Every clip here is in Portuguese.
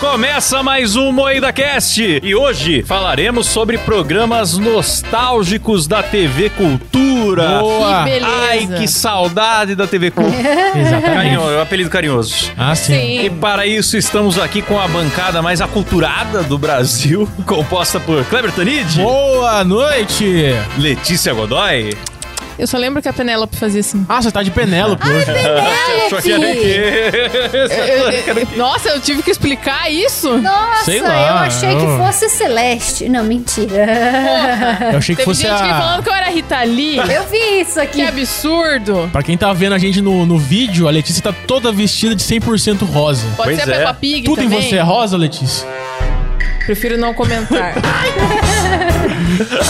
Começa mais um Moída Cast e hoje falaremos sobre programas nostálgicos da TV Cultura. Boa! É. Que beleza. Ai, que saudade da TV Cultura. Exatamente. Carinho, apelido carinhoso. Ah, sim. E para isso estamos aqui com a bancada mais aculturada do Brasil, composta por Kleber Tanid, Boa noite! Letícia Godoy. Eu só lembro que a Penélope fazia assim. Ah, você tá de Penélope hoje. Só que era o Eu- quê? eu- eu- nossa, eu tive que explicar isso? Nossa, Sei lá, eu achei que eu- fosse Celeste. Não, mentira. Eu achei que Teve fosse gente que é a... falando que eu era Rita Lee. Eu vi isso aqui. que absurdo. Pra quem tá vendo a gente no, no vídeo, a Letícia tá toda vestida de 100% rosa. Pode Pois ser a é. Peppa Pig Tudo também. em você é rosa, Letícia? Prefiro não comentar.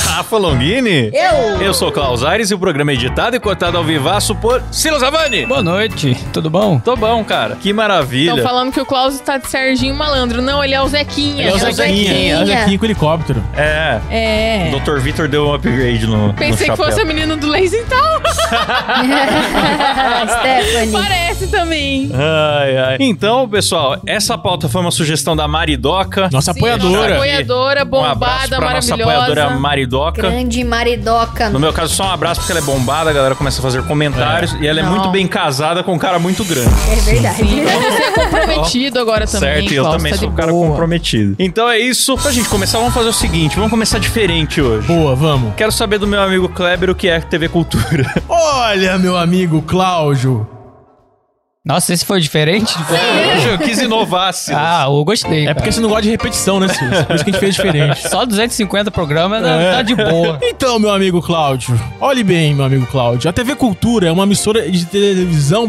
Rafa Longini. Eu. Eu sou o Klaus Aires e o programa é editado e cortado ao vivaço por Silas Avani. Boa noite, tudo bom? Tô bom, cara. Que maravilha. Estão falando que o Klaus tá de Serginho Malandro. Não, ele é o Zequinha. É o Zequinha. Zequinha. É o Zequinha com helicóptero. É. É. Dr. Vitor deu um upgrade no. Pensei no que fosse a chapéu. menina do Lazy Town. tá, Stephanie. Parece também. Ai, ai. Então, pessoal, essa pauta foi uma sugestão da Maridoca. Nossa Sim, é nossa apoiadora. apoiadora, um abraço bombada, pra nossa apoiadora maravilhosa. Maridoca. Grande maridoca. No meu caso, só um abraço porque ela é bombada, a galera começa a fazer comentários e ela é Não. muito bem casada com um cara muito grande. É verdade. Você é comprometido agora também. certo, e eu Klaus, também tá sou de um cara boa. comprometido. Então é isso. Pra gente começar, vamos fazer o seguinte: vamos começar diferente hoje. Boa, vamos. Quero saber do meu amigo Kleber o que é TV Cultura. Olha, meu amigo Cláudio. Nossa, esse foi diferente? Hoje eu quis inovar, Silas. Ah, eu gostei. É cara. porque você não gosta de repetição, né, Silvio? Por isso que a gente fez diferente. só 250 programas não, É. tá de boa. Então, meu amigo Cláudio, olhe bem, meu amigo Cláudio. A TV Cultura é uma emissora de televisão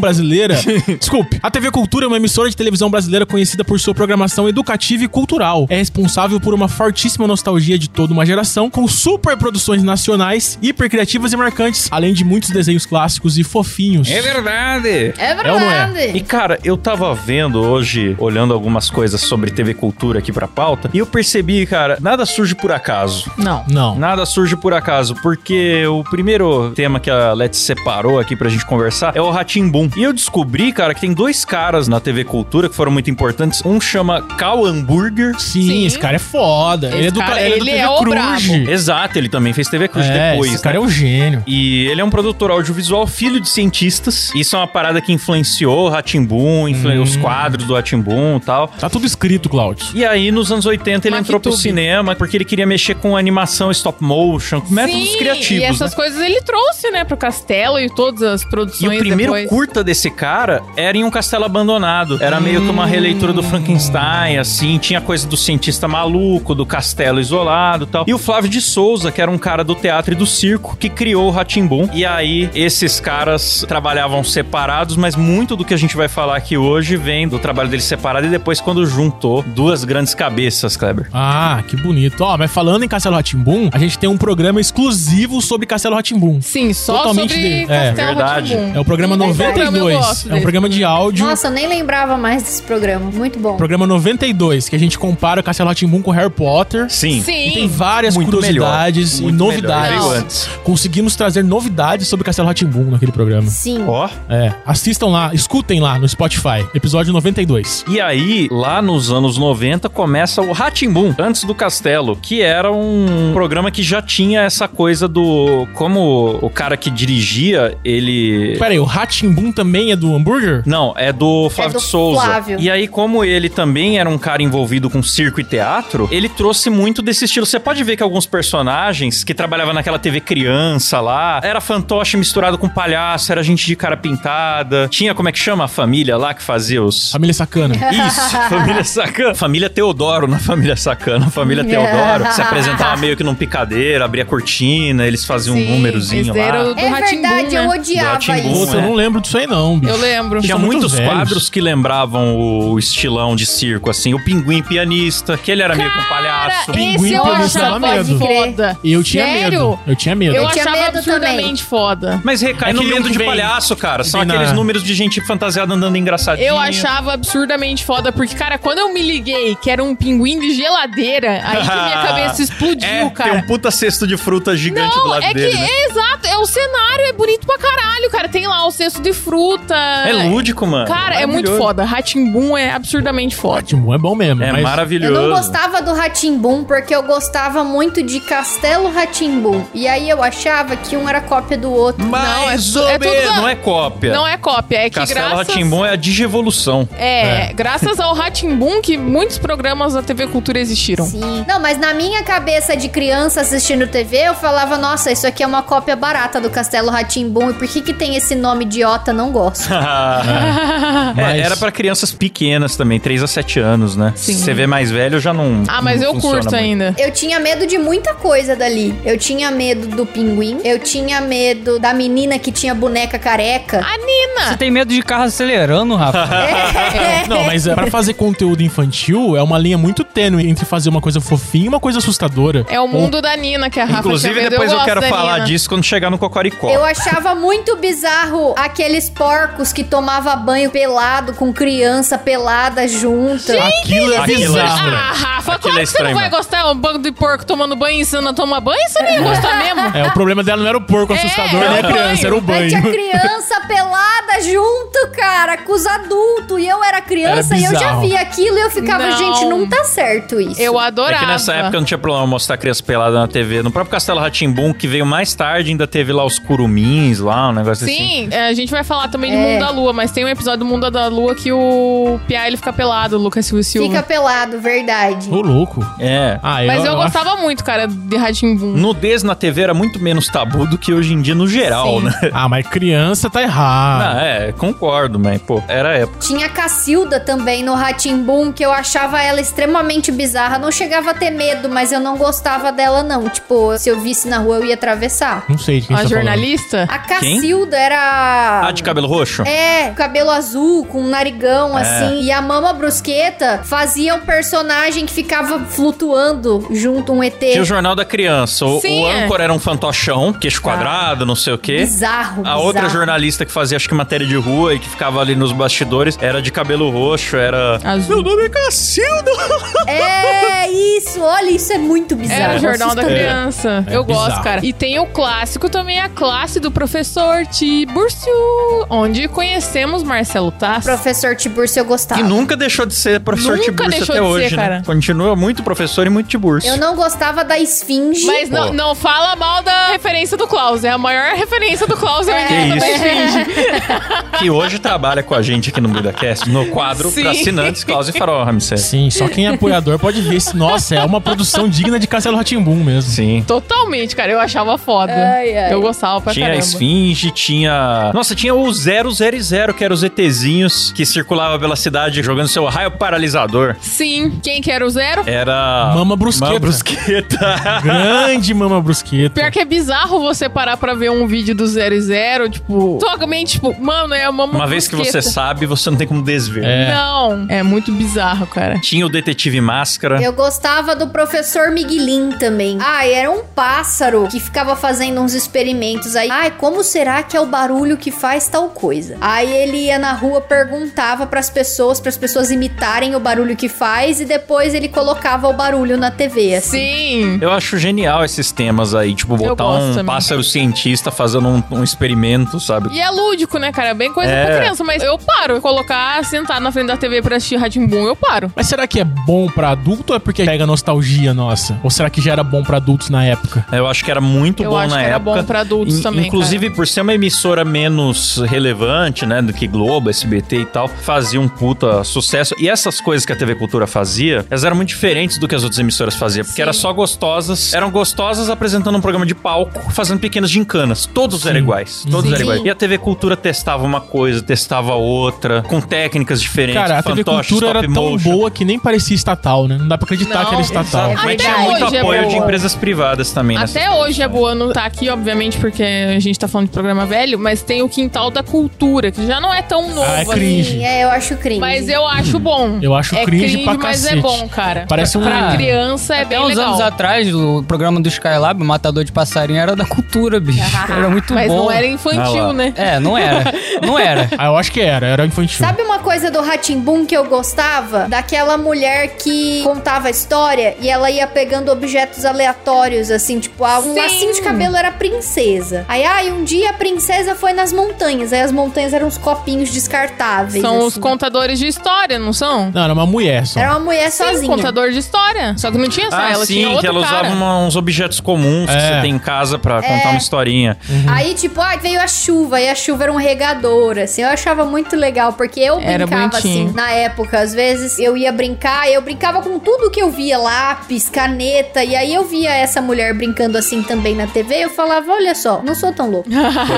brasileira. Desculpe. A TV Cultura é uma emissora de televisão brasileira conhecida por sua programação educativa e cultural. É responsável por uma fortíssima nostalgia de toda uma geração, com super produções nacionais, hipercriativas e marcantes, além de muitos desenhos clássicos e fofinhos. É verdade. É ou não é? E verdade. cara, eu tava vendo hoje, olhando algumas coisas sobre TV Cultura aqui pra pauta, e eu percebi, cara, nada surge por acaso. Não. Não. Nada surge por acaso, porque o primeiro tema que a Let's separou aqui pra gente conversar é o Ratimbum. E eu descobri, cara, que tem dois caras na TV Cultura que foram muito importantes. Um chama Cal Hamburger. Sim, Sim. esse cara é foda. Esse ele é do cara- cara, ele é, do ele TV é o Cruz. Exato, ele também fez TV Cruz É, depois. né? esse cara é um gênio. E ele é um produtor audiovisual, filho de cientistas. Isso é uma parada que influenciou o Ratimbum, os Uhum. quadros do Ratimbum e tal. Tá tudo escrito, Cláudio. E aí, nos anos 80, ele Maquitube. entrou pro cinema porque ele queria mexer com animação stop motion, com métodos Sim, criativos. E essas né? coisas ele trouxe, né, pro Castelo e todas as E produções o primeiro depois. curta desse cara era em um castelo abandonado. Era meio que uma releitura do Frankenstein, assim. Tinha coisa do cientista maluco, do castelo isolado e tal. E o Flávio de Souza, que era um cara do teatro e do circo, que criou o Ratimbum. E aí, esses caras trabalhavam separados, mas muito do que a gente vai falar aqui hoje vem do trabalho deles separado e depois quando juntou duas grandes cabeças, Kleber. Ah, que bonito. Ó, mas falando em Castelo Ratimbum, a gente tem um programa exclusivo sobre Castelo Ratimbum. Sim, só Totalmente sobre dele. É, Castelo verdade. Rá-Tim-Bum. É o programa Sim, esse programa eu 92. gosto É um desse programa de áudio. Nossa, eu nem lembrava mais desse programa. Muito bom. Programa 92, que a gente compara o Castelo Ratimbum com Harry Potter. Sim. Sim. E tem várias Muito curiosidades melhor. e Muito novidades. melhor. Não. Veio antes. Conseguimos trazer novidades sobre Castelo Ratimbum naquele programa. Sim. Ó. É, assistam lá, escutem lá no Spotify, episódio 92. E aí, lá nos anos 90, começa o Ratimbum, antes do Castelo, que era um programa que já tinha essa coisa do. Como o cara que dirigia, ele. Pera aí, o Ratimbum também é do hambúrguer? Não, é do Flávio do de Souza. Flávio. E aí, como ele também era um cara envolvido com circo e teatro, ele trouxe muito desse estilo. Você pode ver que alguns personagens que trabalhavam naquela TV criança lá, era fantoche misturado com palhaço, era gente de cara pintada. Tinha, como é que chama a família lá que fazia os. Família Sacana. É. Isso, família Sacana. Família Teodoro, na família Sacana. É. Família Teodoro. que Se apresentava meio que num picadeiro, abria a cortina, eles faziam Sim, um númerozinho eles deram lá. Do É Rá-Tim-Bum, verdade, eu né? Do odiava Rá-Tim-Bum, isso. Puta, eu não lembro disso aí não, bicho. Eu lembro. Tinha são muito muitos velhos. quadros que lembravam o estilão de circo, assim. O pinguim pianista, que ele era meio que um palhaço. Cara, esse Pinguim eu pra mim dava achava medo. foda. E eu tinha Sério? medo. Eu tinha medo. Eu, Eu tinha achava medo absurdamente foda. Mas recai É no aquele medo que de vem- palhaço, cara. que São vem na- aqueles números de gente fantasiada andando engraçadinha. Eu achava absurdamente foda, porque, cara, quando eu me liguei que era um pinguim de geladeira, aí que minha cabeça explodiu, é, cara. Tem um puta cesto de fruta gigante do Não, lado é dele. que né? é exato, é o cenário, é bonito pra caralho. Caralho, cara, tem lá o cesto de fruta. É lúdico, mano. Cara, é muito Maravilhoso. foda. Ratimbum é absurdamente foda. Timbu é bom mesmo. É mas- maravilhoso. Eu não gostava do Ratimbum porque eu gostava muito de Castelo Ratimbum. E aí eu achava que um era cópia do outro. Mas Não, é- é ou tudo menos, da- não é cópia. Não é cópia, é que Castelo graças... Ratimbom é a digievolução. É, graças ao Ratimbum que muitos programas da TV Cultura existiram. Sim. Não, mas na minha cabeça de criança assistindo TV, eu falava, nossa, isso aqui é uma cópia barata do Castelo Ratimbum. E por que que tem esse nome idiota? Não gosto. É, Era pra crianças pequenas também, 3 a 7 anos, né? Sim. Se você vê mais velho, já não. Ah, mas não eu funciona curto muito. ainda. Eu tinha medo de muita coisa dali. Eu tinha medo do pinguim. Eu tinha medo da menina que tinha boneca careca. A Nina! Você tem medo de carro acelerando, Rafa? É. Não, mas é, pra fazer conteúdo infantil é uma linha muito tênue entre fazer uma coisa fofinha e uma coisa assustadora. É o mundo da Nina que a Rafa Inclusive, tinha medo. depois eu, gosto quero da falar Nina. disso quando chegar no Cocoricó. Eu achava muito bizarro aqueles porcos que tomava banho pelado com criança pelada junto. Aquilo Aquilo é é bizarro. estranho. Ah, Rafa, Aquilo é como que você não estranho, vai mano. gostar? Um banco de porco tomando banho e você não toma banho? Você nem ia gostar mesmo? É, o problema dela não era o porco É, assustador, é nem a o criança, banho. era o Mas banho. tinha criança pelada junto, cara, com os adultos. E eu era criança Era e eu já bizarro. via aquilo e eu ficava, Não. gente, não tá certo isso. Eu É adorava. que nessa época não tinha problema mostrar criança pelada na TV. No próprio Castelo Ratimbum, que veio mais tarde, ainda teve lá os curumins, lá, um negócio assim. Sim, é, a gente vai falar também do É. Mundo da Lua, mas tem um episódio do Mundo da Lua que o Pia ele fica pelado, o Lucas Silva Silva. Fica pelado, verdade. Ô, louco. É. Ah, Mas eu gostava muito, cara, de Ratimbum. Nudez na TV era muito menos tabu do que hoje em dia no geral, Sim. né? Ah, mas criança tá errado. Ah, é, concordo, mas, pô, era a época. Tinha a Cacilda também no Ratimbum, que eu achava ela extremamente bizarra. Não chegava a ter medo, mas eu não gostava dela, não. Tipo, se eu visse na rua, eu ia atravessar. Não sei de quem A você tá falando. jornalista? A Cacilda era. Ah, de cabelo roxo? É, cabelo azul, com um narigão, É. assim. E a Mama Brusqueta fazia um personagem que ficava flutuando junto um ET. Tinha o Jornal da Criança. O, Sim, o é. Tá. âncora era um fantochão, queixo quadrado, não sei o quê. Bizarro, A bizarro. outra jornalista que fazia, acho que matéria de rua e que ficava ali nos bastidores, era de cabelo roxo, era... Azul. nome é Cacilda! É, isso. Olha, isso é muito bizarro. Era o Jornal da assustador. Criança. É Eu bizarro. gosto, cara. E tem o clássico também, a classe do professor Tiburcio, onde conhecemos Marcelo Tassi. Professor Tiburcio, eu gostava. E nunca deixou de ser professor Nunca Tiburcio deixou até de ser, hoje, né? cara. Continua muito professor e muito Tiburcio. Eu não gostava da Esfinge. Mas não, não fala mal da referência do Klaus. É a maior referência do Klaus. É o Que Indiana isso. Jones. Que hoje trabalha com a gente aqui no BudaCast, no quadro Sim. para assinantes Klaus e Farol Ramsey. Sim, só quem é apoiador pode ver esse. Nossa, é uma produção digna de Castelo Ratimbum mesmo. Sim. Totalmente, cara. Eu achava foda. Ai, ai. Eu gostava pra Tinha a caramba. Esfinge, tinha. Nossa, tinha o 000, que eram os ETzinhos que circulava pela cidade jogando seu raio paralisador. Sim. Quem que era o zero? Era. Mama Brusqueta. Mama Brusqueta. Grande Mama Brusqueta. Pior que é bizarro você parar pra ver um vídeo do zero e zero, tipo... Totalmente, tipo, mano, é uma... Uma vez que você brusqueta. sabe, você não tem como desver. É. Não. É muito bizarro, cara. Tinha o Detetive Máscara. Eu gostava do professor Miguelin também. Ah, era um pássaro que ficava fazendo uns experimentos aí. Ai, como será que é o barulho que faz tal coisa? Aí ele ia na rua, perguntava pras pessoas, pras pessoas imitarem o barulho que faz e depois ele colocava o barulho na TV, assim. Sim. Eu acho genial esses temas aí, tipo, botar gosto um também. pássaro cientista fazendo um, um experimento, sabe? E é lúdico, né, cara? É bem coisa É. pra criança, mas eu paro. Colocar, sentar na frente da TV pra assistir Ratimbum, eu paro. Mas será que é bom pra adulto ou é porque pega nostalgia nossa? Ou será que já era bom pra adultos na época? Eu acho que era muito Eu bom acho na que era época. bom pra adultos In- também, é. Inclusive, por ser uma emissora menos relevante, né, do que Globo, SBT e tal, fazia um puta sucesso. E essas coisas que a TV Cultura fazia, elas eram muito diferentes do que as outras emissoras faziam, porque Sim. eram só gostosas. Eram gostosas apresentando um programa de palco, fazendo pequenas gincanas. Todos eram Sim. iguais. Todos Sim. eram iguais. E a TV Cultura testava uma coisa, testava outra, com técnicas diferentes, Cara, a TV fantoches, Cultura era stop tão motion. boa que nem parecia estatal, né? Não dá pra acreditar Não, que era estatal. Exato. Mas Até tinha muito hoje é apoio de boa. empresas privadas também. nessas Até coisas, hoje é né? boa não tá aqui, obviamente, porque a gente tá falando de programa velho, mas tem o Quintal da Cultura, que já não é tão novo. Ah, é assim, cringe. Sim, é, eu acho cringe. Mas eu acho bom. Eu acho é cringe pra mas é cacete. bom, cara. Parece um- Pra criança é Até bem uns legal. anos tá atrás, o programa do Skylab, o Matador de Passarinho, era da cultura, bicho. Era muito mas bom. não era Ah infantil, lá. né? É, não era. Não era. Ah, eu acho que era, era infantil. Sabe uma coisa do Ratimbum que eu gostava? Daquela mulher que contava a história e ela ia pegando objetos aleatórios, assim, tipo, ah, um Sim. lacinho de cabelo era princesa. Aí, ai, um dia a princesa foi nas montanhas. Aí as montanhas eram uns copinhos descartáveis. São os assim. contadores de história, não são? Não, era uma mulher só. Era uma mulher Sim, sozinha. contador de história. Só que não tinha só Ah, ela, tinha sim, que outro ela cara. usava uma- uns objetos comuns que É. você tem em casa pra contar uma historinha. Uhum. Aí, tipo, ah, veio a chuva, e a chuva era um regador, assim. Eu achava muito legal, porque eu Era brincava, bonitinho. assim, na época. Às vezes eu ia brincar, eu brincava com tudo que eu via, lápis, caneta. E aí eu via essa mulher brincando assim também na TV, eu falava, olha só, não sou tão louco. Uhum.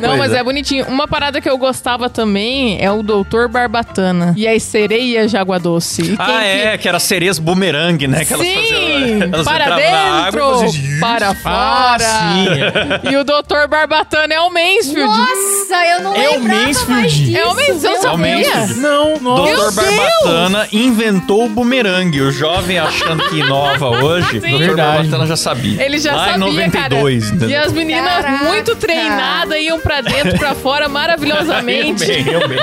Não, mas é bonitinho. Uma parada que eu gostava também é o Doutor Barbatana e as sereias de água doce. E quem Ah, é, que era sereias bumerangue, né? Que elas Sim! faziam. Elas para entravam na água dentro! e faziam... um Para Ah, sim. fora! E o Doutor Barbatana é o Mansfield. Nossa, eu não É o lembrava mais Mansfield. disso. É o Mansfield, meu você É o Mansfield. sabia? Não, nossa. Doutor Barbatana inventou o bumerangue. O jovem achando que inova hoje, Sim. Doutor Verdade. Barbatana já sabia. Ele já Lá sabia, em 92, cara. E entendeu? as meninas Caraca. muito treinadas iam pra dentro, pra fora, Eu maravilhosamente. bem, eu bem.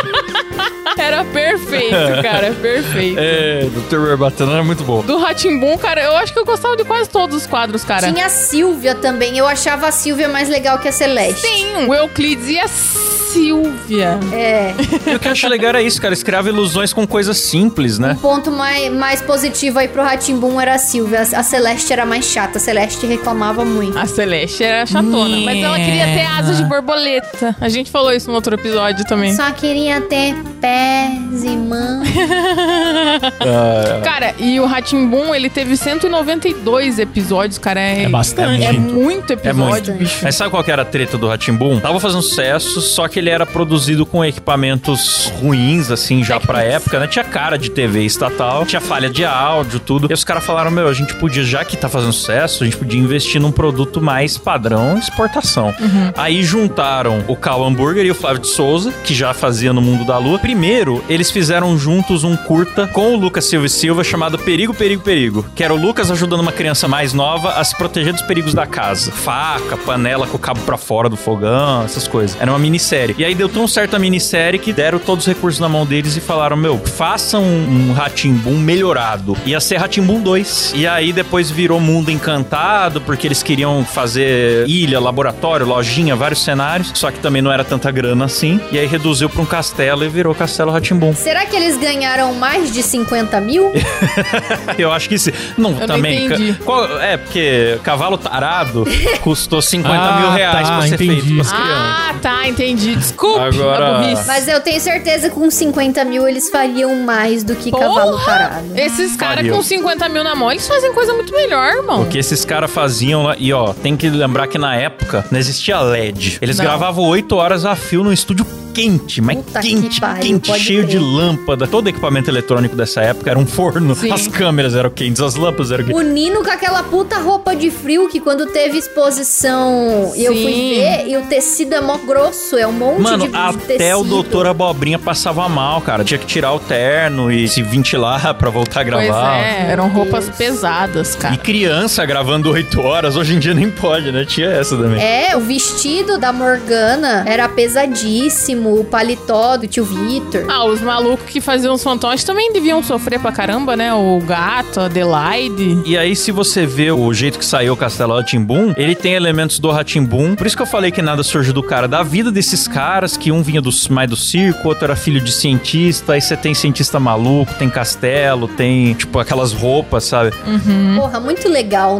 Era perfeito, cara, perfeito. É, Doutor Barbatana era muito bom. Do Ratimbum, cara, eu acho que eu gostava de quase todos os quadros, cara. Tinha a Silvia também. Eu achava a Silvia mais legal que a Celeste. Sim, um, o Euclides e a Silvia. É, E o que eu acho legal era isso, cara. Eles criavam ilusões com coisas simples, né? um ponto mais, mais positivo aí pro Ratimbum era a Silvia. A a Celeste era mais chata, a Celeste reclamava muito. A Celeste era chatona, mas ela queria ter asas de borboleta. A gente falou isso no outro episódio também. Só queria ter pés e mãos. Cara, e o Ratimbum, ele teve 192 episódios, cara. É, É bastante. É muito episódio, muito. bicho. Mas sabe qual que era a treta do Ratimbum? Tava fazendo sucesso, só que ele era produzido com equipamentos ruins, assim, já pra época, né? Tinha cara de TV estatal, tinha falha de áudio, tudo. E os caras falaram: meu, a gente podia, já que tá fazendo sucesso, a gente podia investir num produto mais padrão exportação. Aí juntaram o Cal Hamburger e o Flávio de Souza, que já fazia no Mundo da Lua. Primeiro, eles fizeram juntos um curta com o Lucas Silva e Silva chamado Perigo, Perigo, Perigo, que era o Lucas ajudando uma criança mais nova a se proteger dos perigos da casa. Faca, panela com o cabo pra fora do fogão, essas coisas. Era uma minissérie. E aí deu tão certo a minissérie que deram todos os recursos na mão deles e falaram: meu, façam um, um Ratimbum melhorado. Ia ser Ratimbum 2. E aí depois virou Mundo Encantado, porque eles queriam fazer ilha, laboratório, lojinha, vários cenários. Só que também não era tanta grana assim. E aí reduziu pra um castelo e virou Castelo Ratimbum. Será que eles ganharam mais de 50 mil? Eu acho que sim. Não, não também. ca- entendi. qual- é, porque cavalo tarado custou 50 Ah, mil reais tá, pra ser entendi. feito pras crianças. Ah, tá, entendi. Desculpa, Agora- a burrice. Mas eu tenho certeza que com 50 mil eles fariam mais do que Porra! cavalo tarado. Esses caras Pariu. com 50 mil na mão, eles fazem coisa muito melhor, irmão. O que esses caras faziam lá. E ó, tem que lembrar que na época não existia LED. Eles Não. gravavam 8 horas a fio num estúdio quente, mas Puta que quente, pariu, quente, pode cheio crer. de lâmpada. Todo equipamento eletrônico dessa época era um forno. Sim. As câmeras eram quentes, as lâmpadas eram quentes. O Nino com aquela puta roupa de frio que quando teve exposição e eu fui Sim. ver, e o tecido é mó grosso, é um monte Mano, de, de até tecido. o doutor Abobrinha passava mal, cara. Tinha que tirar o terno e se ventilar pra voltar a Pois gravar. é, eram roupas pesadas, E cara. criança gravando 8 horas, hoje em dia nem pode, né? Tinha essa também. É, o vestido da Morgana era pesadíssimo, o paletó do tio Vitor. Ah, os malucos que faziam os fantoches também deviam sofrer pra caramba, né? O gato, a Adelaide. E aí, se você vê o jeito que saiu o Castelo Ratimbum, ele tem elementos do Ratimbum. Por isso que eu falei que nada surge do cara. Da vida desses caras, que um vinha do, mais do circo, outro era filho de cientista. Aí você tem cientista maluco, tem castelo, tem, tipo, aquelas roupas, sabe? Hum. Porra, muito legal,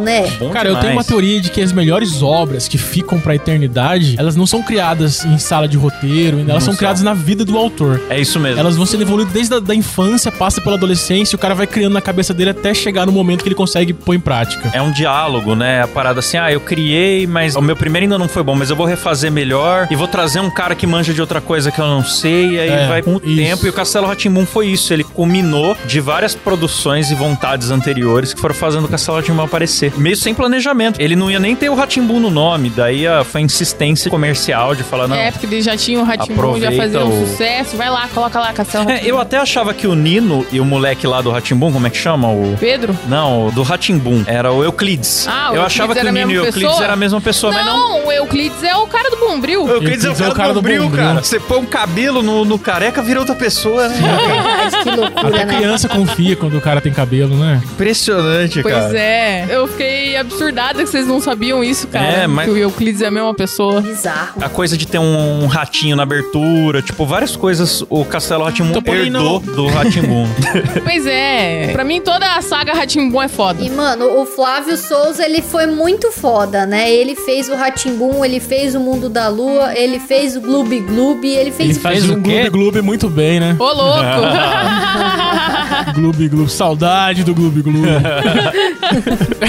né? Bom Cara, eu demais. tenho uma teoria de que as melhores obras que ficam pra eternidade, elas não são criadas em sala de roteiro, ainda, Não elas são são. criadas na vida do autor. É isso mesmo. Elas vão sendo evoluídas desde a da infância, passa pela adolescência, e o cara vai criando na cabeça dele até chegar no momento que ele consegue pôr em prática. É um diálogo, né? A parada assim, ah, eu criei, mas o meu primeiro ainda não foi bom, mas eu vou refazer melhor e vou trazer um cara que manja de outra coisa que eu não sei, e aí É, vai com o isso. tempo. E o Castelo Ratimbum foi isso, ele culminou de várias produções e vontades anteriores que foram fazendo o Castelo Ratimbum aparecer. Meio sem planejamento. Ele não ia nem ter o Ratimbum no nome, daí a, foi a ah, insistência comercial de falar, não. É, porque eles já tinham o A Ratimbu Ratimbun já Aproveita fazia um o- sucesso. Vai lá, coloca lá, Castelo É, eu até achava que o Nino e o moleque lá do Ratimbum, como é que chama? O. Pedro? Não, o do Ratimbum. Era o Euclides. Ah, o eu Euclides achava que era o a Nino e o mesma Euclides pessoa? era a mesma pessoa, mas não. Não, o Euclides é o cara do Bombril. O Euclides é o cara, do Bombril, cara. Você põe um cabelo no, no careca, vira outra pessoa, né? Verdade, que Até loucura, né? criança confia quando o cara tem cabelo, né? Impressionante, Pois cara. é. Eu fiquei absurdada que vocês não sabiam isso, cara. É, mas- Que o Euclides é a mesma pessoa. Bizarro. é. A coisa de ter um ratinho na abertura, tipo, várias coisas o Castelo Ratimbum Topolino. herdou do Ratimbum. pois é. Pra mim, toda a saga Ratimbun é foda. E, mano, o Flávio Souza, ele foi muito foda, né? Ele fez o Ratimbum, ele fez o Mundo da Lua, ele fez o Gloob Gloob, ele fez. Ele faz o Gloob Gloob muito bem, né? Ô, louco! Gloob Gloob. Saudade do Gloob Gloob.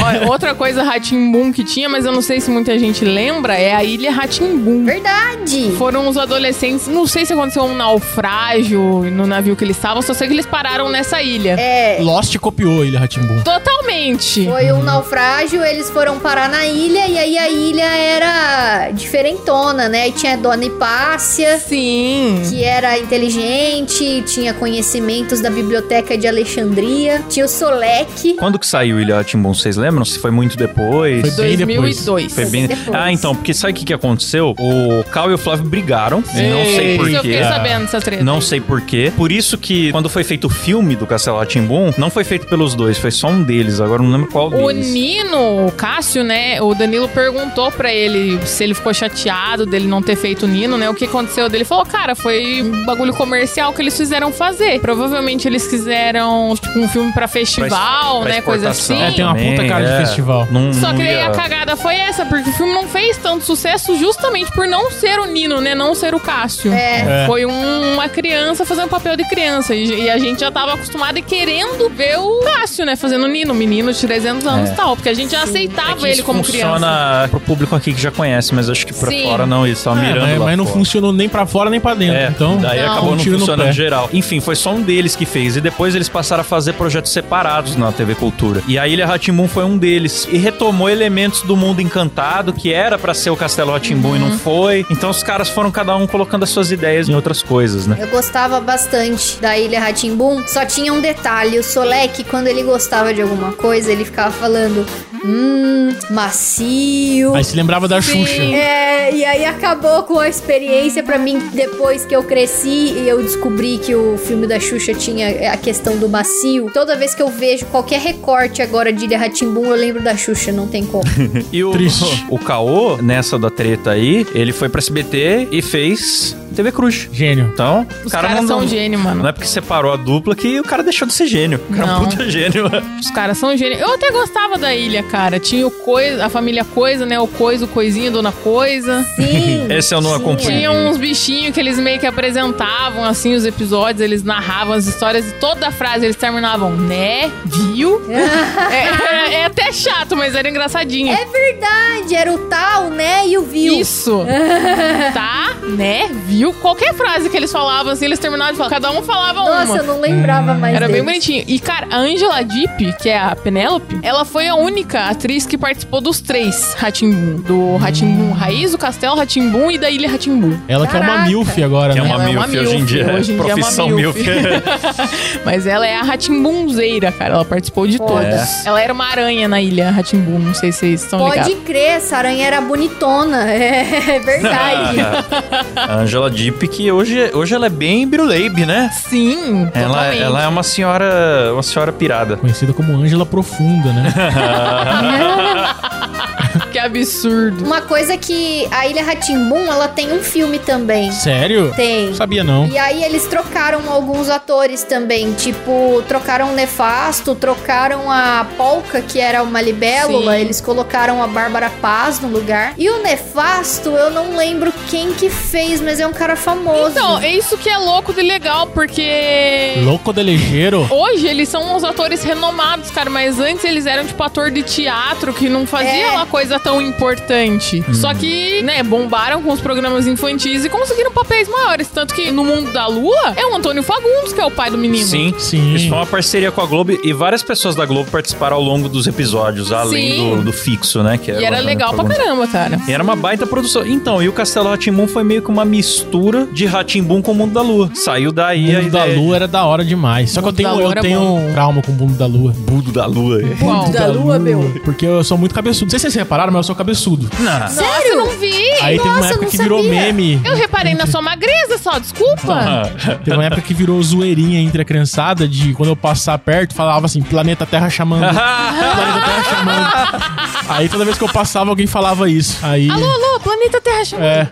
Olha, outra coisa Ratimbun que tinha, mas eu não sei se muita gente lembra, é a Ilha Ratimbun. Verdade! Foram os adolescentes, não sei se aconteceu um naufrágio no navio que eles estavam, só sei que eles pararam nessa ilha. É. Lost copiou ele, Ratimbun. Totalmente. Foi um naufrágio, eles foram parar na ilha e aí a ilha era diferentona, né? E tinha Dona Hipácia, Sim. que era inteligente, tinha conhecimentos da biblioteca de Alexandria, tinha o Solek. Quando que saiu o Ilha Ratimbum? Vocês lembram? Se foi muito depois? Foi bem depois. 2002. Foi bem... Depois. Ah, então, porque sabe o que, que aconteceu? O Cal e o Flávio brigaram. Não sei Isso porquê. eu fiquei sabendo essa treta. Não sei porquê. Por isso que, quando foi feito o filme do Castelo Ratimbum, não foi feito pelos dois, foi só um deles. Agora eu não lembro qual O deles. Nino, o Cássio, né? O Danilo perguntou pra ele se ele ficou chateado dele não ter feito o Nino, né? O que aconteceu dele? Ele falou, cara, foi um bagulho comercial que eles fizeram fazer. Provavelmente eles quiseram, tipo, um filme pra festival, Pra né? Coisa assim. exportação É, tem uma também, puta cara de é. festival. Não- Só não que daí ia- a cagada foi essa, porque o filme não fez tanto sucesso justamente por não ser o Nino, né? Não ser o Cássio. É. É. Foi um- uma criança fazendo papel de criança. E, e a gente já tava acostumado e querendo ver o Cássio, né? Fazendo o Nino, um menino de 300 anos e tal. Porque a gente já É aceitava que ele isso como criança. funciona pro público aqui que já conhece, mas acho que pra Sim. fora não, eles estavam É, mirando mas, lá mas não fora. funcionou nem pra fora nem pra dentro. É, então, daí Não. acabou um não tiro no funcionando pé. em geral. Enfim, foi só um deles que fez. E depois eles passaram a fazer projetos separados na TV Cultura. E a Ilha Ratimbun foi um deles. E retomou elementos do mundo encantado, que era pra ser o Castelo Ratimbun e não foi. Então os caras foram cada um colocando as suas ideias em outras coisas, né? Eu gostava bastante da Ilha Ratimbum. Só tinha um detalhe: o Solek, quando ele gostava de alguma coisa, ele ficava falando, hum, macio. Aí se lembrava da Sim. Xuxa. É, e aí acabou com a experiência pra mim depois que eu cresci e eu descobri que o filme da Xuxa tinha é, a questão do macio. Toda vez que eu vejo qualquer recorte agora de Ilha Ratimbum, eu lembro da Xuxa, não tem como. E o, Triste. o Caô, nessa da treta aí, ele foi pra SBT e fez TV Cruz. Gênio. Então, Os o cara caras não, são não- gênio, Não mano. é porque separou a dupla que o cara deixou de ser gênio. O cara é um Não. puta gênio. Os caras são gênio. Eu até gostava da ilha, cara. Tinha o coisa, a família Coisa, né? O Coisa, o Coisinha, a Dona Coisa. Sim. Esse eu não Sim, acompanhei. é. Tinha uns bichinhos que eles meio que apresentavam, assim, os episódios, eles narravam as histórias e toda frase eles terminavam, né? Viu? é, é- é até chato, mas era engraçadinho. É Era o tal, né? E o viu. Isso! tá? Né? Viu? Qualquer frase que eles falavam, assim, eles terminavam de falar. Cada um falava Nossa, uma. eu não lembrava mais. Era bem deles. bonitinho. E, cara, a Angela Deep, que é a Penélope, ela foi a única atriz que participou dos três Ratimbum. Do Ratimbum Raiz, do Castelo Ratimbum e da Ilha Ratimbum. Ela que é uma Caraca. MILF agora, Que é né? uma Ela é uma milf hoje em milf, dia. hoje em dia é uma Profissão milf. milf. Mas ela é a ratimbunzeira, cara. Ela participou de Foda. todas. Ela era uma aranha na ilha Ratimbum. Não sei se vocês estão ligados. Pode crer, essa aranha era bonitona. É, verdade. A Angela Deep, que hoje, hoje ela é bem Biruleibe, né? Sim, Ela, totalmente. ela é uma senhora, uma senhora pirada. Conhecida como Ângela Profunda, né? Que absurdo. Uma coisa é que a Ilha Ratimbum, ela tem um filme também. Sério? Tem. Não sabia, não. E aí eles trocaram alguns atores também, tipo, trocaram o Nefasto, trocaram a Polka, que era uma libélula, Sim. eles colocaram a Bárbara Paz no lugar. E o Nefasto, eu não lembro quem que fez, mas é um cara famoso. Então, é isso que é louco e legal, porque. Louco de Legeiro. Hoje eles são uns atores renomados, cara, mas antes eles eram tipo ator de teatro que não fazia É. uma coisa tão tão importante. Uhum. Só que, né, bombaram com os programas infantis e conseguiram papéis maiores. Tanto que no mundo da lua é o Antônio Fagundes, que é o pai do menino. Sim, Sim. Isso foi uma parceria com a Globo e várias pessoas da Globo participaram ao longo dos episódios, além Sim. do, do fixo, né? Que E era legal pra caramba, cara. E era uma baita produção. Então, e o Castelo Ratimbum foi meio que uma mistura de Ratimbum com o Mundo da Lua. Saiu daí O a Mundo da ideia- Lua era da hora demais. Só que eu Mundo da tenho, Lua eu era tenho bom. um trauma com o é Mundo da Lua. Mundo da Lua. Qual? Da lua, meu. Porque eu sou muito cabeçudo. Não sei se vocês repararam, mas eu sou cabeçudo. Não. Nossa, eu não vi! Aí teve uma Nossa, época não que virou sabia. meme. Eu reparei na sua magreza só, desculpa. Teve uma época que virou zoeirinha entre a criançada de quando eu passar perto, falava assim, planeta Terra chamando. planeta Terra chamando. Aí toda vez que eu passava, alguém falava isso. Aí. Alô, alô, Planeta Terra chamou. É.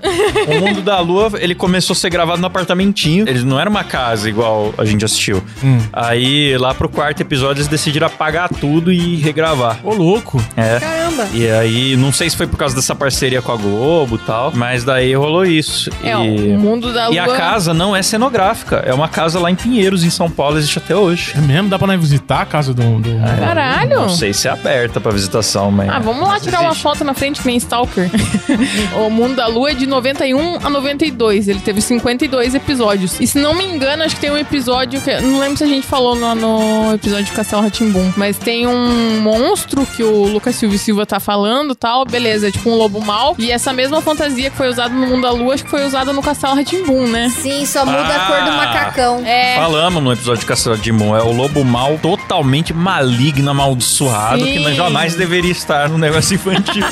o Mundo da Lua, ele começou a ser gravado no apartamentinho. Ele não era uma casa igual a gente assistiu. Hum. Aí, lá pro quarto episódio, eles decidiram apagar tudo e regravar. Ô, louco. É. Caramba. E aí, não sei se foi por causa dessa parceria com a Globo e tal, mas daí rolou isso. É, ó, o e... mundo da lua. e a casa não é cenográfica, é uma casa lá em Pinheiros, em São Paulo, existe até hoje. É mesmo? Dá pra nós visitar a casa do. do... Caralho. Não sei se é aberta pra visitação, É. mas. Ah, vamos lá tirar uma existe. foto na frente que nem Stalker. o Mundo da Lua é de 91 a 92. Ele teve 52 episódios. E se não me engano, acho que tem um episódio que. Não lembro se a gente falou no, no episódio de Castelo Ratimbum. Mas tem um monstro que o Lucas Silva e Silva tá falando tal. Beleza, é tipo um lobo mau. E essa mesma fantasia que foi usada no Mundo da Lua, acho que foi usada no Castelo Ratimbum, né? Sim, só muda a cor do Ah. macacão. É. Falamos no episódio de Castelo de Mon, é o lobo mal totalmente maligno, amaldiçoado, Sim. que nós jamais deveria estar no negócio infantil.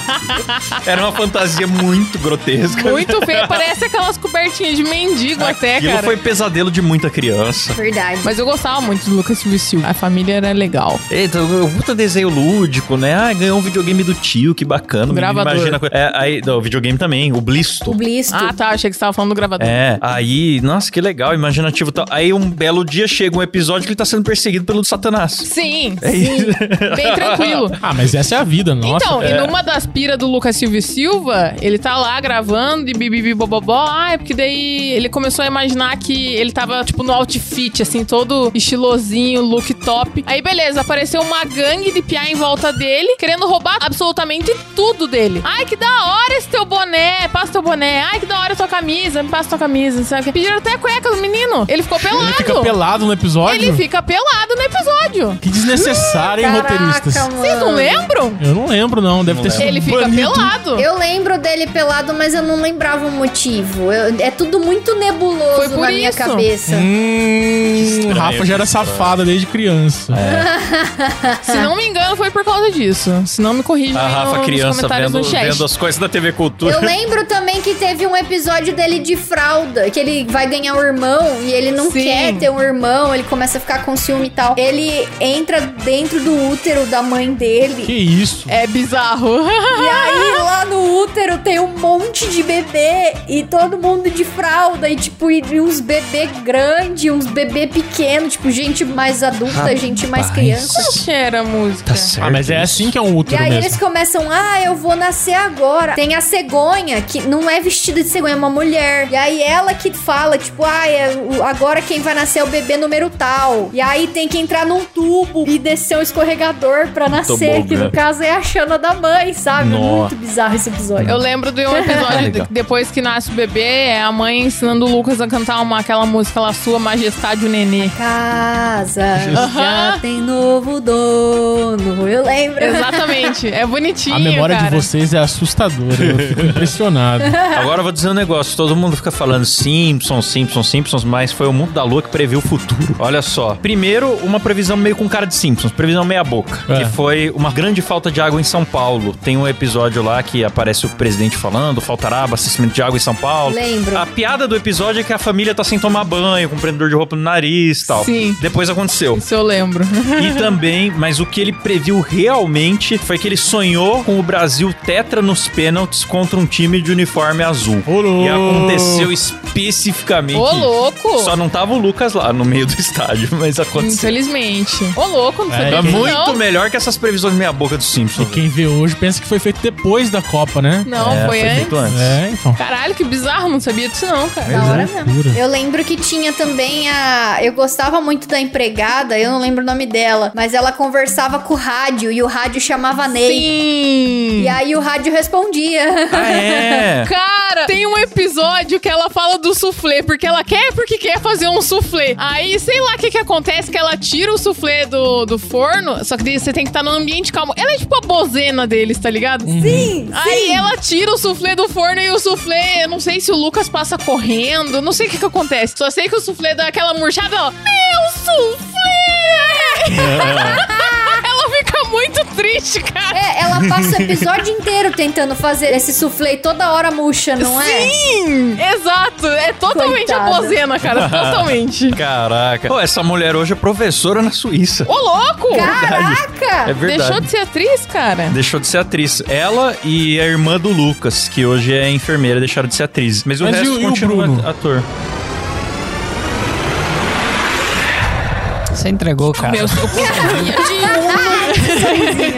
Era uma fantasia muito grotesca. Muito né, feio, parece aquelas cobertinhas de mendigo até, Aquilo cara. foi pesadelo de muita criança. Verdade. Mas eu gostava muito do Lucas Silva e Silva. A família era legal. Eita, o puta desenho lúdico, né? Ah, ganhou um videogame do tio, que bacana. Gravador. Imagina. a coisa- É, aí, não, o videogame também, o Blisto. O Blisto. Ah, tá. Achei que você tava falando do gravador. É, aí, nossa, que legal, imaginativo e tal. Aí um belo dia chega um episódio que ele tá sendo perseguido pelo Satanás. Sim, É isso. bem tranquilo. Ah, mas essa é a vida, nossa. então, e numa das piras do Lucas Silva e Silva, ele tá lá gravando e bibibi bobobó. Ah, é porque daí ele começou a imaginar que ele tava, tipo, no outfit, assim, todo estilosinho, look top. Aí, beleza, apareceu uma gangue de piá em volta dele, querendo roubar absolutamente tudo dele. Ai, que da hora esse teu boné, passa teu boné. Ai, que da hora tua camisa, me passa tua camisa, sabe? o quê? Pediram até a cueca do menino. Ele ficou pelado. Ele fica pelado no episódio. Ele fica pelado no episódio. Que desnecessário, hein, roteiristas? Vocês Ah. não lembram? Eu não lembro, não. Deve Não ter sido. Ele fica banido. pelado. Eu lembro dele pelado, mas eu não lembrava o motivo. Eu- é tudo muito nebuloso Foi por na minha isso. cabeça. Hum, estranho, Rafa já era que estranho. É. safada desde criança. Se não me engano, foi por causa disso. Se não me corrija A aí no- Rafa nos criança comentários vendo, do chat. vendo as coisas da TV Cultura. Eu lembro também que teve um episódio dele de fralda, que ele vai ganhar um irmão e ele não Sim. quer ter um irmão, ele começa a ficar com ciúme e tal. Ele entra dentro do útero da mãe dele. Que isso? É bizarro. E aí, lá no útero tem um monte de bebê e todo mundo de fralda e tipo e uns bebê grande, uns bebê pequeno, tipo gente mais adulta, gente mais criança. Como que era a música? Tá certo. Ah, mas é isso. assim que é um E útero aí mesmo. eles começam, ah, eu vou nascer agora. Tem a cegonha, que não é vestida de cegonha, é uma mulher. E aí ela que fala, tipo, ah, é o- agora quem vai nascer é o bebê número tal. E aí tem que entrar num tubo e descer um escorregador pra nascer, Tobogã. que no caso é a Xana da mãe, sabe? Nossa. Muito bizarro esse episódio. Eu lembro de um episódio Legal. de- depois que nasce o bebê, é a mãe ensinando o Lucas a cantar uma, aquela música lá, Sua Majestade o Nenê. Casa Jesus. já tem novo dono. Eu lembro. Exatamente. É bonitinho, A memória cara. de vocês é assustadora. Eu fico impressionado. Agora eu vou dizer um negócio. Todo mundo fica falando Simpsons, Simpsons, Simpsons, mas foi o mundo da lua que previu o futuro. Olha só. Primeiro, uma previsão meio com cara de Simpsons, previsão meia boca. É. Que foi uma grande falta de água em São Paulo. Tem um episódio lá que aparece o presidente falando, faltará abastecimento de água em São Paulo. Lembro. A piada do episódio é que a família tá sem tomar banho, com um prendedor de roupa no nariz e tal. Sim. Depois aconteceu. Isso eu lembro. E também, mas o que ele previu realmente foi que ele sonhou com o Brasil tetra nos pênaltis contra um time de uniforme azul. Ô, louco. E aconteceu especificamente. Ô, isso. louco! Só não tava o Lucas lá no meio do estádio, mas aconteceu. Infelizmente. Ô, louco, não É, sabia É disso, muito não. melhor que essas previsões meia boca do E Simpsons. quem vê hoje pensa que foi feito depois da Copa, né? Não, É, foi, feito antes. É, então. Caralho, que bizarro, não sabia disso não, cara. Da hora é mesmo. loucura. Eu lembro que tinha também a. Eu gostava muito da empregada, eu não lembro o nome dela, mas ela conversava com o rádio e o rádio chamava a Ney. Sim! E aí o rádio respondia. Ah, é? Cara, tem um episódio que ela fala do soufflé, porque ela quer, porque quer fazer um soufflé. Aí, sei lá o que que acontece, que ela tira o soufflé do, do forno, só que daí você tem que estar num ambiente calmo. Ela é tipo a bozena deles, tá ligado? Sim, Aí ela tira o soufflé do forno e o soufflé, eu não sei se o Lucas passa correndo, não sei o que que acontece. Só sei que o soufflé dá aquela murchada, ó. Meu soufflé! ela fica muito triste, cara. É, ela passa o episódio inteiro tentando fazer esse soufflé e toda hora murcha, não é? Sim! Exato! É totalmente Coitada. a bozena, cara. Totalmente. Caraca. Pô, essa mulher hoje é professora na Suíça. Ô, louco! É Caraca! verdade. Deixou de ser atriz, cara? Deixou de ser atriz. Ela e a irmã do Lucas, que hoje é enfermeira, deixaram de ser atriz. Mas o Mas e resto o- e o continua Bruno? ator. Você entregou, cara. Meu,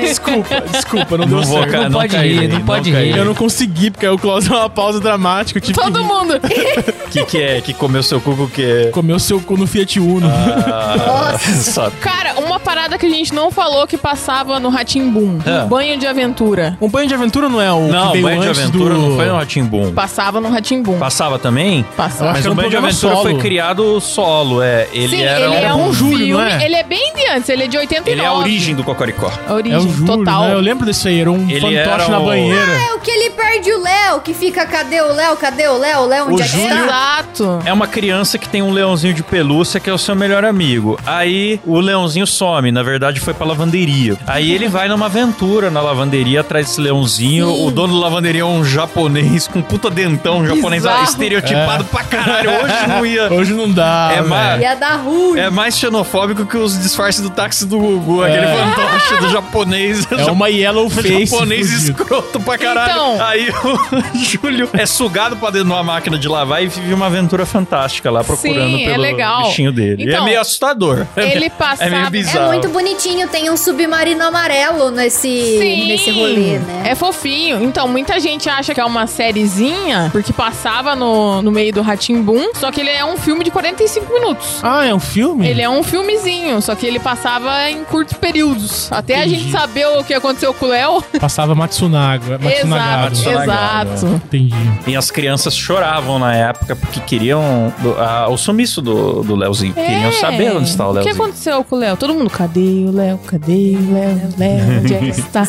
Desculpa, desculpa, não, deu vou, certo. cara, Não não pode caí, rir, não não pode caí. rir. Eu não consegui, porque aí o Klaus deu uma pausa dramática. Eu tive que um, todo mundo. O que, que é? Que comeu seu cu com o quê? comeu seu cu no Fiat Uno. Ah, só- Cara, uma parada que a gente não falou que passava no Ratimbum. Ah. Um banho de aventura. Um banho de aventura não é o Não, que veio Banho de antes Aventura do... não foi um no Ratimbum. Passava no Ratimbum. Passava também? Eu acho Passava. Mas que era o um Banho de programa Aventura solo. foi criado solo, é. Ele Sim, era ele é um... um Júlio, filme. não é? Ele é bem de antes, ele é de 89. Ele é a origem do Cocoricó. A origem É o Júlio, total. né? Eu lembro desse aí, era um Ele fantoche era na o- banheira. É o que ele perde o Léo, que fica, cadê o Léo, cadê o Léo, Léo, O onde é que Júlio- está? Exato. É uma criança que tem um leãozinho de pelúcia que é o seu melhor amigo. Aí o leãozinho some, na verdade foi pra lavanderia. Aí ele vai numa aventura na lavanderia atrás desse leãozinho. Sim. O dono da lavanderia é um japonês com puta dentão, um japonês Bizarro. estereotipado pra caralho. Hoje não ia. Hoje não dá, É, velho. mas- E a da Rui. É mais xenofóbico que os disfarces do táxi do Gugu, aquele É. fantoche do japonês. É uma yellow face. japonês fudido. escroto pra caralho. Então. Aí o Júlio é sugado pra dentro de uma máquina de lavar e vive uma aventura fantástica lá procurando Sim, é pelo legal. bichinho dele. e é Então, meio assustador. Ele É passava. meio É bizarro. muito bonitinho, tem um submarino amarelo nesse, Sim. nesse rolê, né? É fofinho. Então, muita gente acha que é uma sériezinha, porque passava no, no meio do Ratimbum, só que ele é um filme de 45 minutos. Ah, é um filme? Ele é um filmezinho, só que ele passava em curtos períodos. Até a gente saber o que aconteceu com o Léo. Passava Matsunaga. Matsunagado. Exato, Matsunaga, exato. Entendi. E as crianças choravam na época porque queriam do- a- o sumiço do, do Leozinho. Queriam saber onde está o É. O que Leozinho. aconteceu com o Léo? Todo mundo, cadê o Léo? Cadê o Léo? Léo, onde é que está?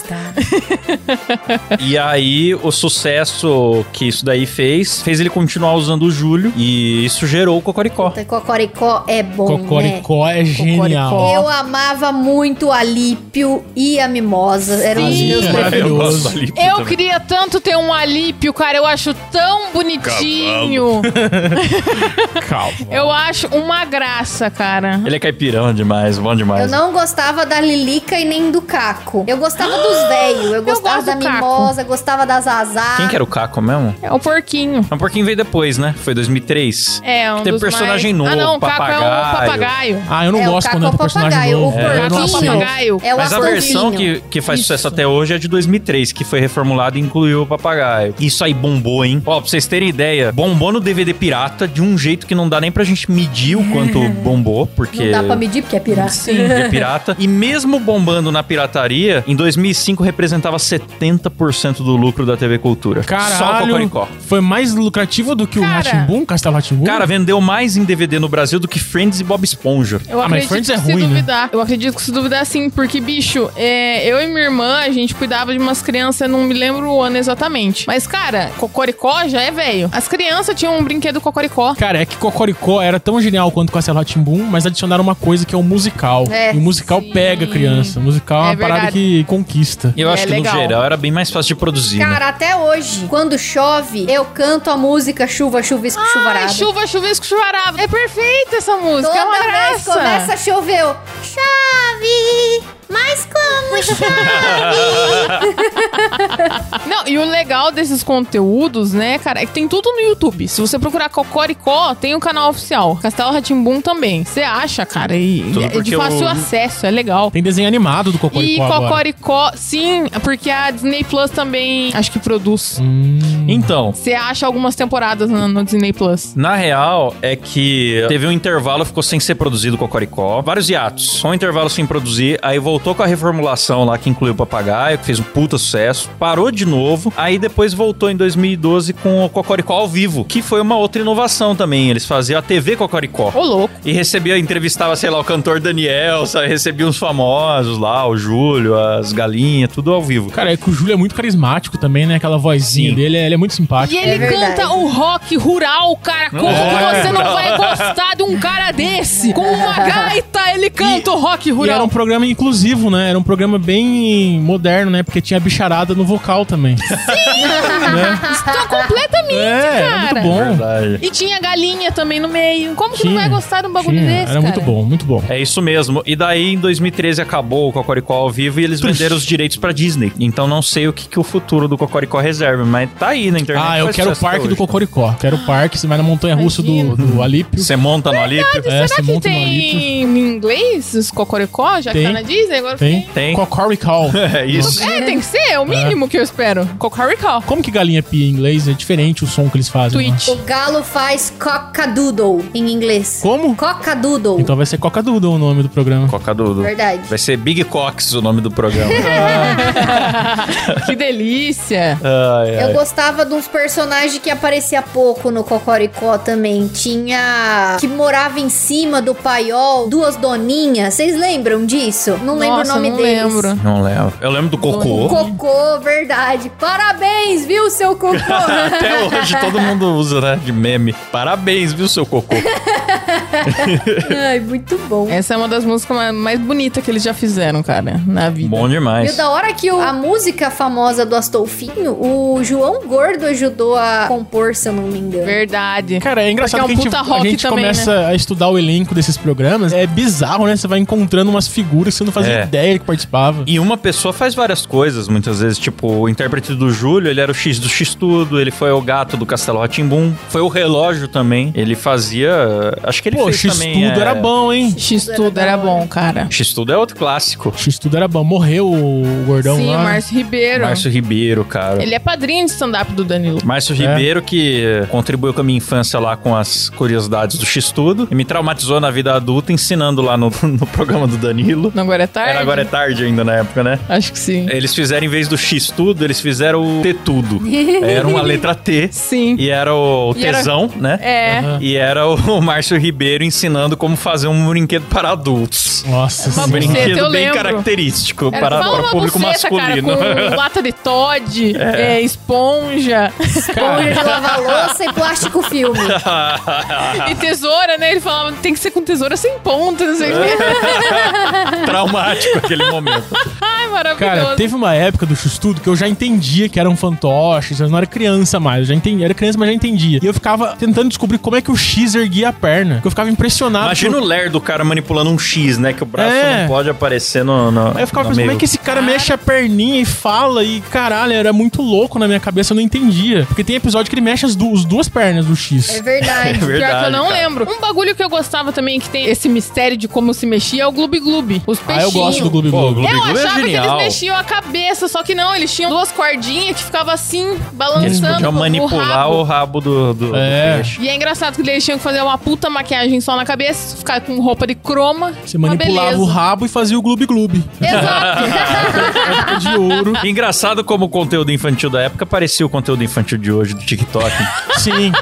E aí, o sucesso que isso daí fez, fez ele continuar usando o Júlio. E isso gerou o Cocoricó. Puta, Cocoricó é bom, né? Cocoricó é genial. Eu amava muito a Lípio e a Mimosa. Eram os Sim. meus Maravilhoso. preferidos. Eu gosto do Alípio É. Eu também. queria tanto ter um Alípio, cara. Eu acho tão bonitinho. Eu acho uma graça, cara. Ele é caipirão demais, bom demais. Eu não gostava da Lilica e nem do Caco. Eu gostava dos velhos. Eu gostava Ah, gosto da do Caco. Mimosa, gostava da Zazá. Quem que era o Caco mesmo? É o porquinho. Não, porque um veio depois, né? Foi 2003. É, um Tem dos personagem mais... novo, Ah, não, o Caco é um papagaio. papagaio. Ah, eu não É, o gosto Caco quando é entra o personagem papagaio, novo. o eu não Caco é o aceito. papagaio. É o Mas a Acordeon. versão que, que faz sucesso até hoje é de 2003, que foi reformulada e incluiu o papagaio. Isso aí bombou, hein? Ó, pra vocês terem ideia, bombou no DVD pirata de um jeito que não dá nem pra gente medir o quanto bombou, porque... Não dá pra medir porque é pirata. Sim, é pirata. E mesmo bombando na pirataria, em 2005 representava 70% do lucro da TV Cultura. Só o Caralho, Cocoricó. foi mais lucrativo do que o Cara. Ratimbum, Castelo Ratimbum? Cara, vendeu mais em DVD no Brasil do que Friends e Bob Esponja. Eu Ah, mas acredito Friends que é se ruim, né? duvidar. Eu acredito que se duvidar sim, porque, bicho, é, eu e minha irmã, a gente cuidava de umas crianças, eu não me lembro o ano exatamente. Mas, cara, Cocoricó já é velho. As crianças tinham um brinquedo Cocoricó. Cara, é que Cocoricó era tão genial quanto Castelo Ratimbum, mas adicionaram uma coisa que é o musical. É, e o musical sim. pega a criança. O musical é, uma É parada verdade. que conquista. E Eu É acho que legal. no geral era bem mais fácil de produzir. né? Cara, até hoje, quando chove, eu canto a música chuva, chuvisco, chuvarada. Ai, É chuva, chuvisco, chuvarava. É perfeita essa música, é uma Toda vez graça. começa a chover, eu, chove, mas como chove? Não, e o legal desses conteúdos, né, cara, é que tem tudo no YouTube. Se você procurar Cocoricó, tem o canal oficial. Castelo Ratimbum também. Você acha, cara, e Tudo é de porque fácil o- acesso, é legal. Tem desenho animado do E Cocoricó agora. Cocoricó, sim, porque a Disney Plus também acho que produz. Hum. Então, Você acha algumas temporadas no, no Disney Plus. Na real, é que teve um intervalo, ficou sem ser produzido com a Coricó. Vários hiatos. Só um intervalo sem produzir. Aí voltou com a reformulação lá, que incluiu o Papagaio, que fez um puta sucesso. Parou de novo. Aí depois voltou em 2012 com o Cocoricó ao vivo, que foi uma outra inovação também. Eles faziam a TV Cocoricó. Ô, louco. E recebia, entrevistava, sei lá, o cantor Daniel, sabe? Recebia uns famosos lá, o Júlio, as galinhas, tudo ao vivo. Cara, é que o Júlio é muito carismático também, né? Aquela vozinha Sim. dele, ele é muito E simpático. É ele verdade. canta o rock rural, cara. Como É. você não vai gostar de um cara desse? Com uma gaita, ele canta o rock E era rural. um programa inclusivo, né? Era um programa bem moderno, né? Porque tinha bicharada no vocal também. Então, completamente, é, era cara. muito bom. Verdade. E tinha galinha também no meio. Como que não Tinha, vai gostar de um bagulho Tinha, desse, era muito cara? bom, muito bom. É isso mesmo. E daí, em 2013, acabou o Cocoricó ao vivo e eles Triste. venderam os direitos pra Disney. Então não sei o que, que o futuro do Cocoricó reserva, mas tá aí na internet. Ah, eu faz quero o sucesso parque até do hoje. Cocoricó. Quero o parque, você vai na montanha russa do, do Alípio. Você monta no Alípio? É, Será você que monta no tem Alípio. em inglês os cocoricó, já Tem. que tá na Disney? Agora Tem? Tem. Cocoricó. É isso. É, tem que ser, é o mínimo que eu espero. Cocoricó. Como que galinha pia em inglês? É diferente o som que eles fazem. né? Twitch. O galo faz cock-a-doodle em inglês. Como? Cock-a-doodle. Então vai ser Coca-Duda o nome do programa. Coca Dudu. Verdade. Vai ser Big Cox o nome do programa. Que delícia. ai, Eu ai. gostava de uns personagens que aparecia pouco no Cocoricó também. Tinha que morava em cima do paiol, duas doninhas. Vocês lembram disso? Não lembro Nossa, o nome não deles. lembro. Não lembro. Eu lembro do O Cocô. Cocô, verdade. Parabéns, viu, seu Cocô? Até hoje todo mundo usa, né? De meme. Parabéns, viu, seu Cocô? Ai, muito bom. Essa é uma das músicas ma- mais bonitas que eles já fizeram, cara, na vida. né? Bom Viu demais. da hora que o- a música famosa do Astolfinho, o João Gordo ajudou a compor, se eu não me engano. Verdade. Cara, é engraçado Porque é um que a puta gente, a rock gente também, né? começa a estudar o elenco desses programas. É bizarro, né? Você vai encontrando umas figuras que você não fazia É. ideia que participava. E uma pessoa faz várias coisas, muitas vezes. Tipo, o intérprete do Júlio, ele era o X do X tudo, ele foi o gato do Castelo Ratimbum, foi o relógio também. Ele fazia. Acho que ele Pô, fez X também. tudo é, era bom, hein? X tudo era bom, cara. X tudo é outro clássico. X tudo era bom. Morreu o gordão Sim, lá. Márcio Ribeiro. Márcio Ribeiro, cara. Ele é padrinho de stand-up do Danilo. Márcio É. Ribeiro, que contribuiu com a minha infância lá com as curiosidades do X-Tudo e me traumatizou na vida adulta ensinando lá no, no programa do Danilo. Não, agora é tarde? Era agora é tarde ainda na época, né? Acho que sim. É. Eles fizeram, em vez do X-Tudo, eles fizeram o T-Tudo. Era uma letra T. Sim. E era o E era- tesão, né? É. Aham. E era o o Márcio Ribeiro ensinando como fazer um brinquedo para adultos. Nossa É Uma Um buceta, senhora. brinquedo eu bem lembro. característico Era para, fala para o uma público buceta, masculino. Cara, com um- lata de Todd, é, esponja Esponja de lavar louça e plástico filme. Ah. e tesoura, né? Ele falava, tem que ser com tesoura sem ponta, não sei o que. É. Traumático aquele momento. Ai, maravilhoso. Cara, teve uma época do X-Tudo que eu já entendia que eram fantoches, eu não era criança mais, eu já entendia, era criança, mas já entendia. E eu ficava tentando descobrir como é que o X erguia a perna, que eu ficava impressionado. Imagina o ler do cara manipulando um X, né? Que o braço É. não pode aparecer no. no Aí eu no ficava pensando, como meio. é que esse cara mexe a perninha e fala? E caralho, era muito louco na minha cabeça, eu não entendia. Porque tem episódio que ele mexe as, du as duas pernas do X. É verdade. É Pior que eu verdade, não cara. lembro. Um bagulho que eu gostava também, que tem esse mistério de como se mexia, é o Gloob Gloob. Os Ah, peixinhos. eu gosto do Gloob Pô, o Gloob. Gloob Eu Gloob é achava que eles genial. mexiam a cabeça, só que não, eles tinham duas cordinhas que ficavam assim, balançando. Eles com podiam o manipular rabo. o rabo do, do, É. do peixe. E é engraçado que eles tinham que fazer uma puta maquiagem só na cabeça, ficar com roupa de croma. Você uma manipulava beleza. o rabo e fazia o Gloob Gloob. Exato. Época de ouro. E Engraçado como o conteúdo infantil da época parecia o conteúdo infantil de hoje do TikTok. Sim.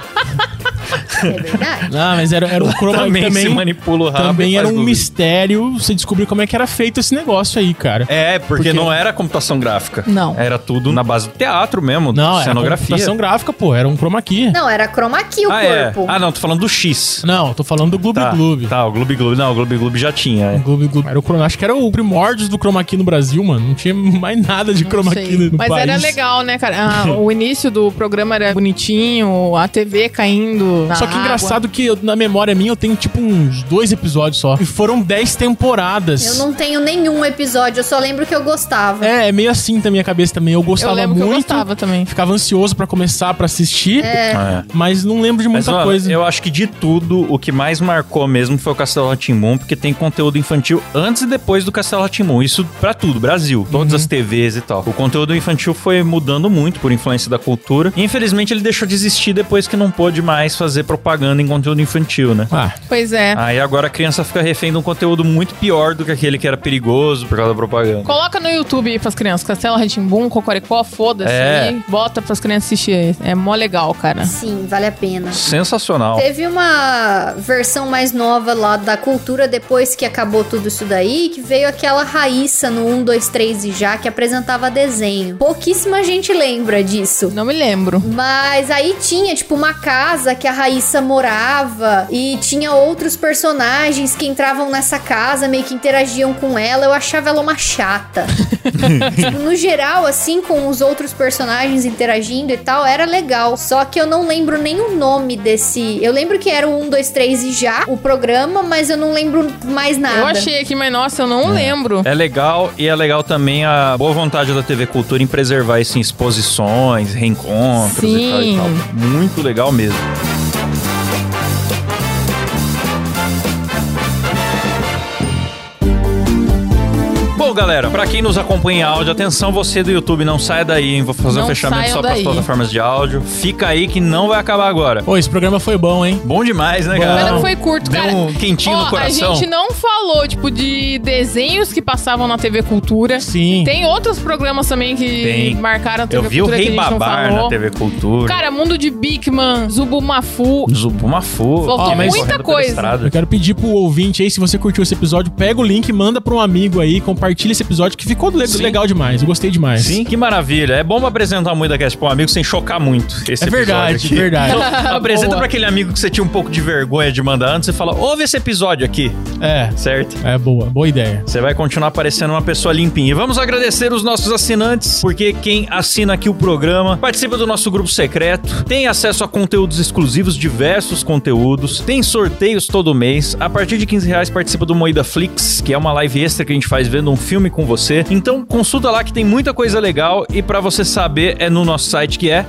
É verdade. Ah, mas era, era um croma também, também. se manipula o rabo. também e era faz um Gloob. mistério você descobrir como é que era feito esse negócio aí, cara. É, porque, Porque- não era computação gráfica. Não. Era tudo na base do teatro mesmo, Não, era cenografia. computação gráfica, pô, era um chroma key. Não, era chroma key o ah, é. corpo. Ah, não, tô falando do X. Não, tô falando do Gloob tá, Gloob. Tá, o Gloob Gloob. Não, o Gloob Gloob já tinha. O é. Gloob Gloob. Era o chroma, acho que era o primórdios do chroma key no Brasil, mano. Não tinha mais nada de chroma key no, no Mas país. era legal, né, cara? Ah, o início do programa era bonitinho, a TV caindo. Só na- que água. engraçado que eu- na memória minha eu tenho tipo uns dois episódios só. E foram dez temporadas. Eu não tenho nenhum episódio, eu só lembro que eu gostava. É, é meio assim da minha cabeça também. Eu Eu gostava lembro muito. que eu gostava também. Ficava ansioso pra começar, pra assistir. É. Mas não lembro de Mas, muita mano, coisa. eu acho que de tudo, o que mais marcou mesmo foi o Castelo Ratimbum, porque tem conteúdo infantil antes e depois do Castelo Ratimbum. Isso pra tudo, Brasil, Uhum. todas as TVs e tal. O conteúdo infantil foi mudando muito por influência da cultura. E, infelizmente, ele deixou de existir depois que não pôde mais fazer propaganda em conteúdo infantil, né? Ah, Pois é. Aí agora a criança fica refém de um conteúdo muito pior do que aquele que era perigoso por causa da propaganda. Coloca no YouTube aí pras crianças. Castelo Ratimbum, Cocoricó, foda-se. É. aí, Bota pras crianças assistir. É mó legal, cara. Sim, vale a pena. Sensacional. Teve uma versão mais nova lá da cultura depois que acabou tudo isso daí, que veio aquela Raíssa no 1, 2, 3 e já, que apresentava desenho. Pouquíssima gente lembra disso. Não me lembro. Mas aí tinha, tipo, uma casa que a Raíssa morava e tinha outros personagens que entravam nessa casa, meio que interagiam com ela. Eu achava ela uma chata. tipo, no geral, assim, com os outros personagens interagindo e tal, era legal. Só que eu não lembro nem o nome desse. Eu lembro que era o 1, 2, 3 e já o programa, mas eu não lembro mais nada. Eu achei aqui, mas nossa, eu não lembro. É legal e é legal também a boa vontade da TV Cultura em preservar isso em exposições, reencontros e tal e Sim. tal. Muito legal mesmo. Bom, galera, pra quem nos acompanha em áudio, atenção, você do YouTube, não saia daí, hein? Vou fazer um Não fechamento saiam só pras daí. plataformas de áudio. Fica aí que não vai acabar agora. pô, esse programa foi bom, hein? Bom demais, né, Bom. galera? Mas foi curto, Deu cara. um quentinho Ó, no coração. A gente não falou, tipo, de desenhos que passavam na TV Cultura. Sim. Tem outros programas também que Tem. marcaram a Eu TV vi o Cultura Rei que a gente não Babar na falou. TV Cultura. Cara, Mundo de Bigman, Zubumafu. Zubumafu. Faltou que vem muita correndo pela coisa. estrada. Eu quero pedir pro ouvinte aí, se você curtiu esse episódio, pega o link, manda pra um amigo aí, compartilha esse episódio que ficou le- Sim. legal demais. Eu gostei demais. Sim, que maravilha. É bom apresentar muito a Cast pra um amigo sem chocar muito. Esse É verdade, episódio aqui. Então, verdade. Apresenta Boa. pra aquele amigo que você tinha um pouco de vergonha de mandar antes e fala: ouve esse episódio aqui, É, certo? é boa, boa ideia. Você vai continuar parecendo uma pessoa limpinha. E vamos agradecer os nossos assinantes, porque quem assina aqui o programa participa do nosso grupo secreto, tem acesso a conteúdos exclusivos, diversos conteúdos, tem sorteios todo mês. A partir de 15 reais participa do Moída Flix, que é uma live extra que a gente faz vendo um filme com você. Então consulta lá que tem muita coisa legal e pra você saber é no nosso site que é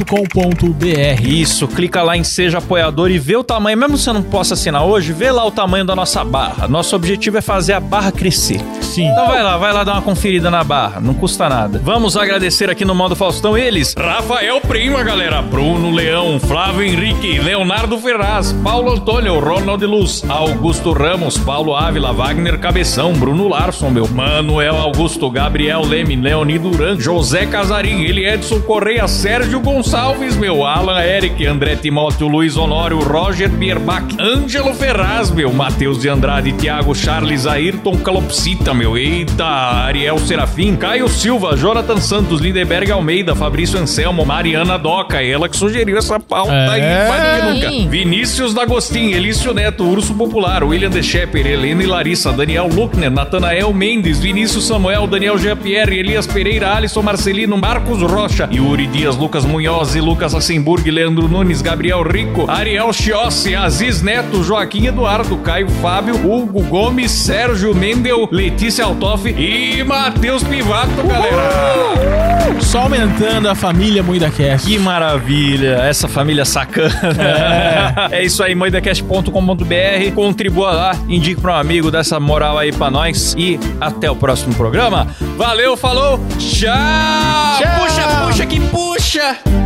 Moidacast.com.br isso, clica lá em Seja Apoiador e vê o tamanho. Mesmo que você não possa assinar hoje, vê lá o tamanho da nossa barra. Nosso objetivo é fazer a barra crescer. Sim. Então vai lá, vai lá dar uma conferida na barra, não custa nada. Vamos agradecer aqui no modo Faustão eles: Rafael Prima, galera, Bruno Leão, Flávio Henrique, Leonardo Ferraz, Paulo Antônio, Ronald Luz, Augusto Ramos, Paulo Ávila, Wagner Cabeção, Bruno Larson, meu, Manuel Augusto, Gabriel Leme, Leoni Duran, José Casarim, ele Edson Correia, Sérgio Gonçalves, meu, Alan Eric, André Timóteo, Luiz Honório, Roger Bierbach, Ângelo Ferraz, meu, Matheus de Andrade, Thiago Charles, Ayrton Calopsita, meu, eita, Ariel Serafim, Caio Silva, Jonathan Santos, Lindeberg Almeida, Fabrício Anselmo, Mariana Doca, ela que sugeriu essa pauta É. aí, Farinha Sim. Nunca. Vinícius D'Agostin, Elício Neto, Urso Popular, William De Shepper, Helena e Larissa, Daniel Luckner, Natanael Mendes, Vinícius Samuel, Daniel Jean-Pierre, Elias Pereira, Alisson Marcelino, Marcos Rocha, Yuri Dias, Lucas Munhoz e Lucas Assemburg, Leandro Nunes, Gabriel Rico, Ariel Chiossi, Aziz Neto, Joaquim Eduardo, Caio Fábio, Hugo Gomes, Sérgio Mendel, Letícia Altoff e Matheus Pivato, galera. Só aumentando a família Moidacast. Que maravilha, essa família sacana. É, isso aí, moidacast.com.br. Contribua lá, indique para um amigo, dá essa moral aí pra nós. E até o próximo programa. Valeu, falou, tchau! Puxa, puxa que puxa!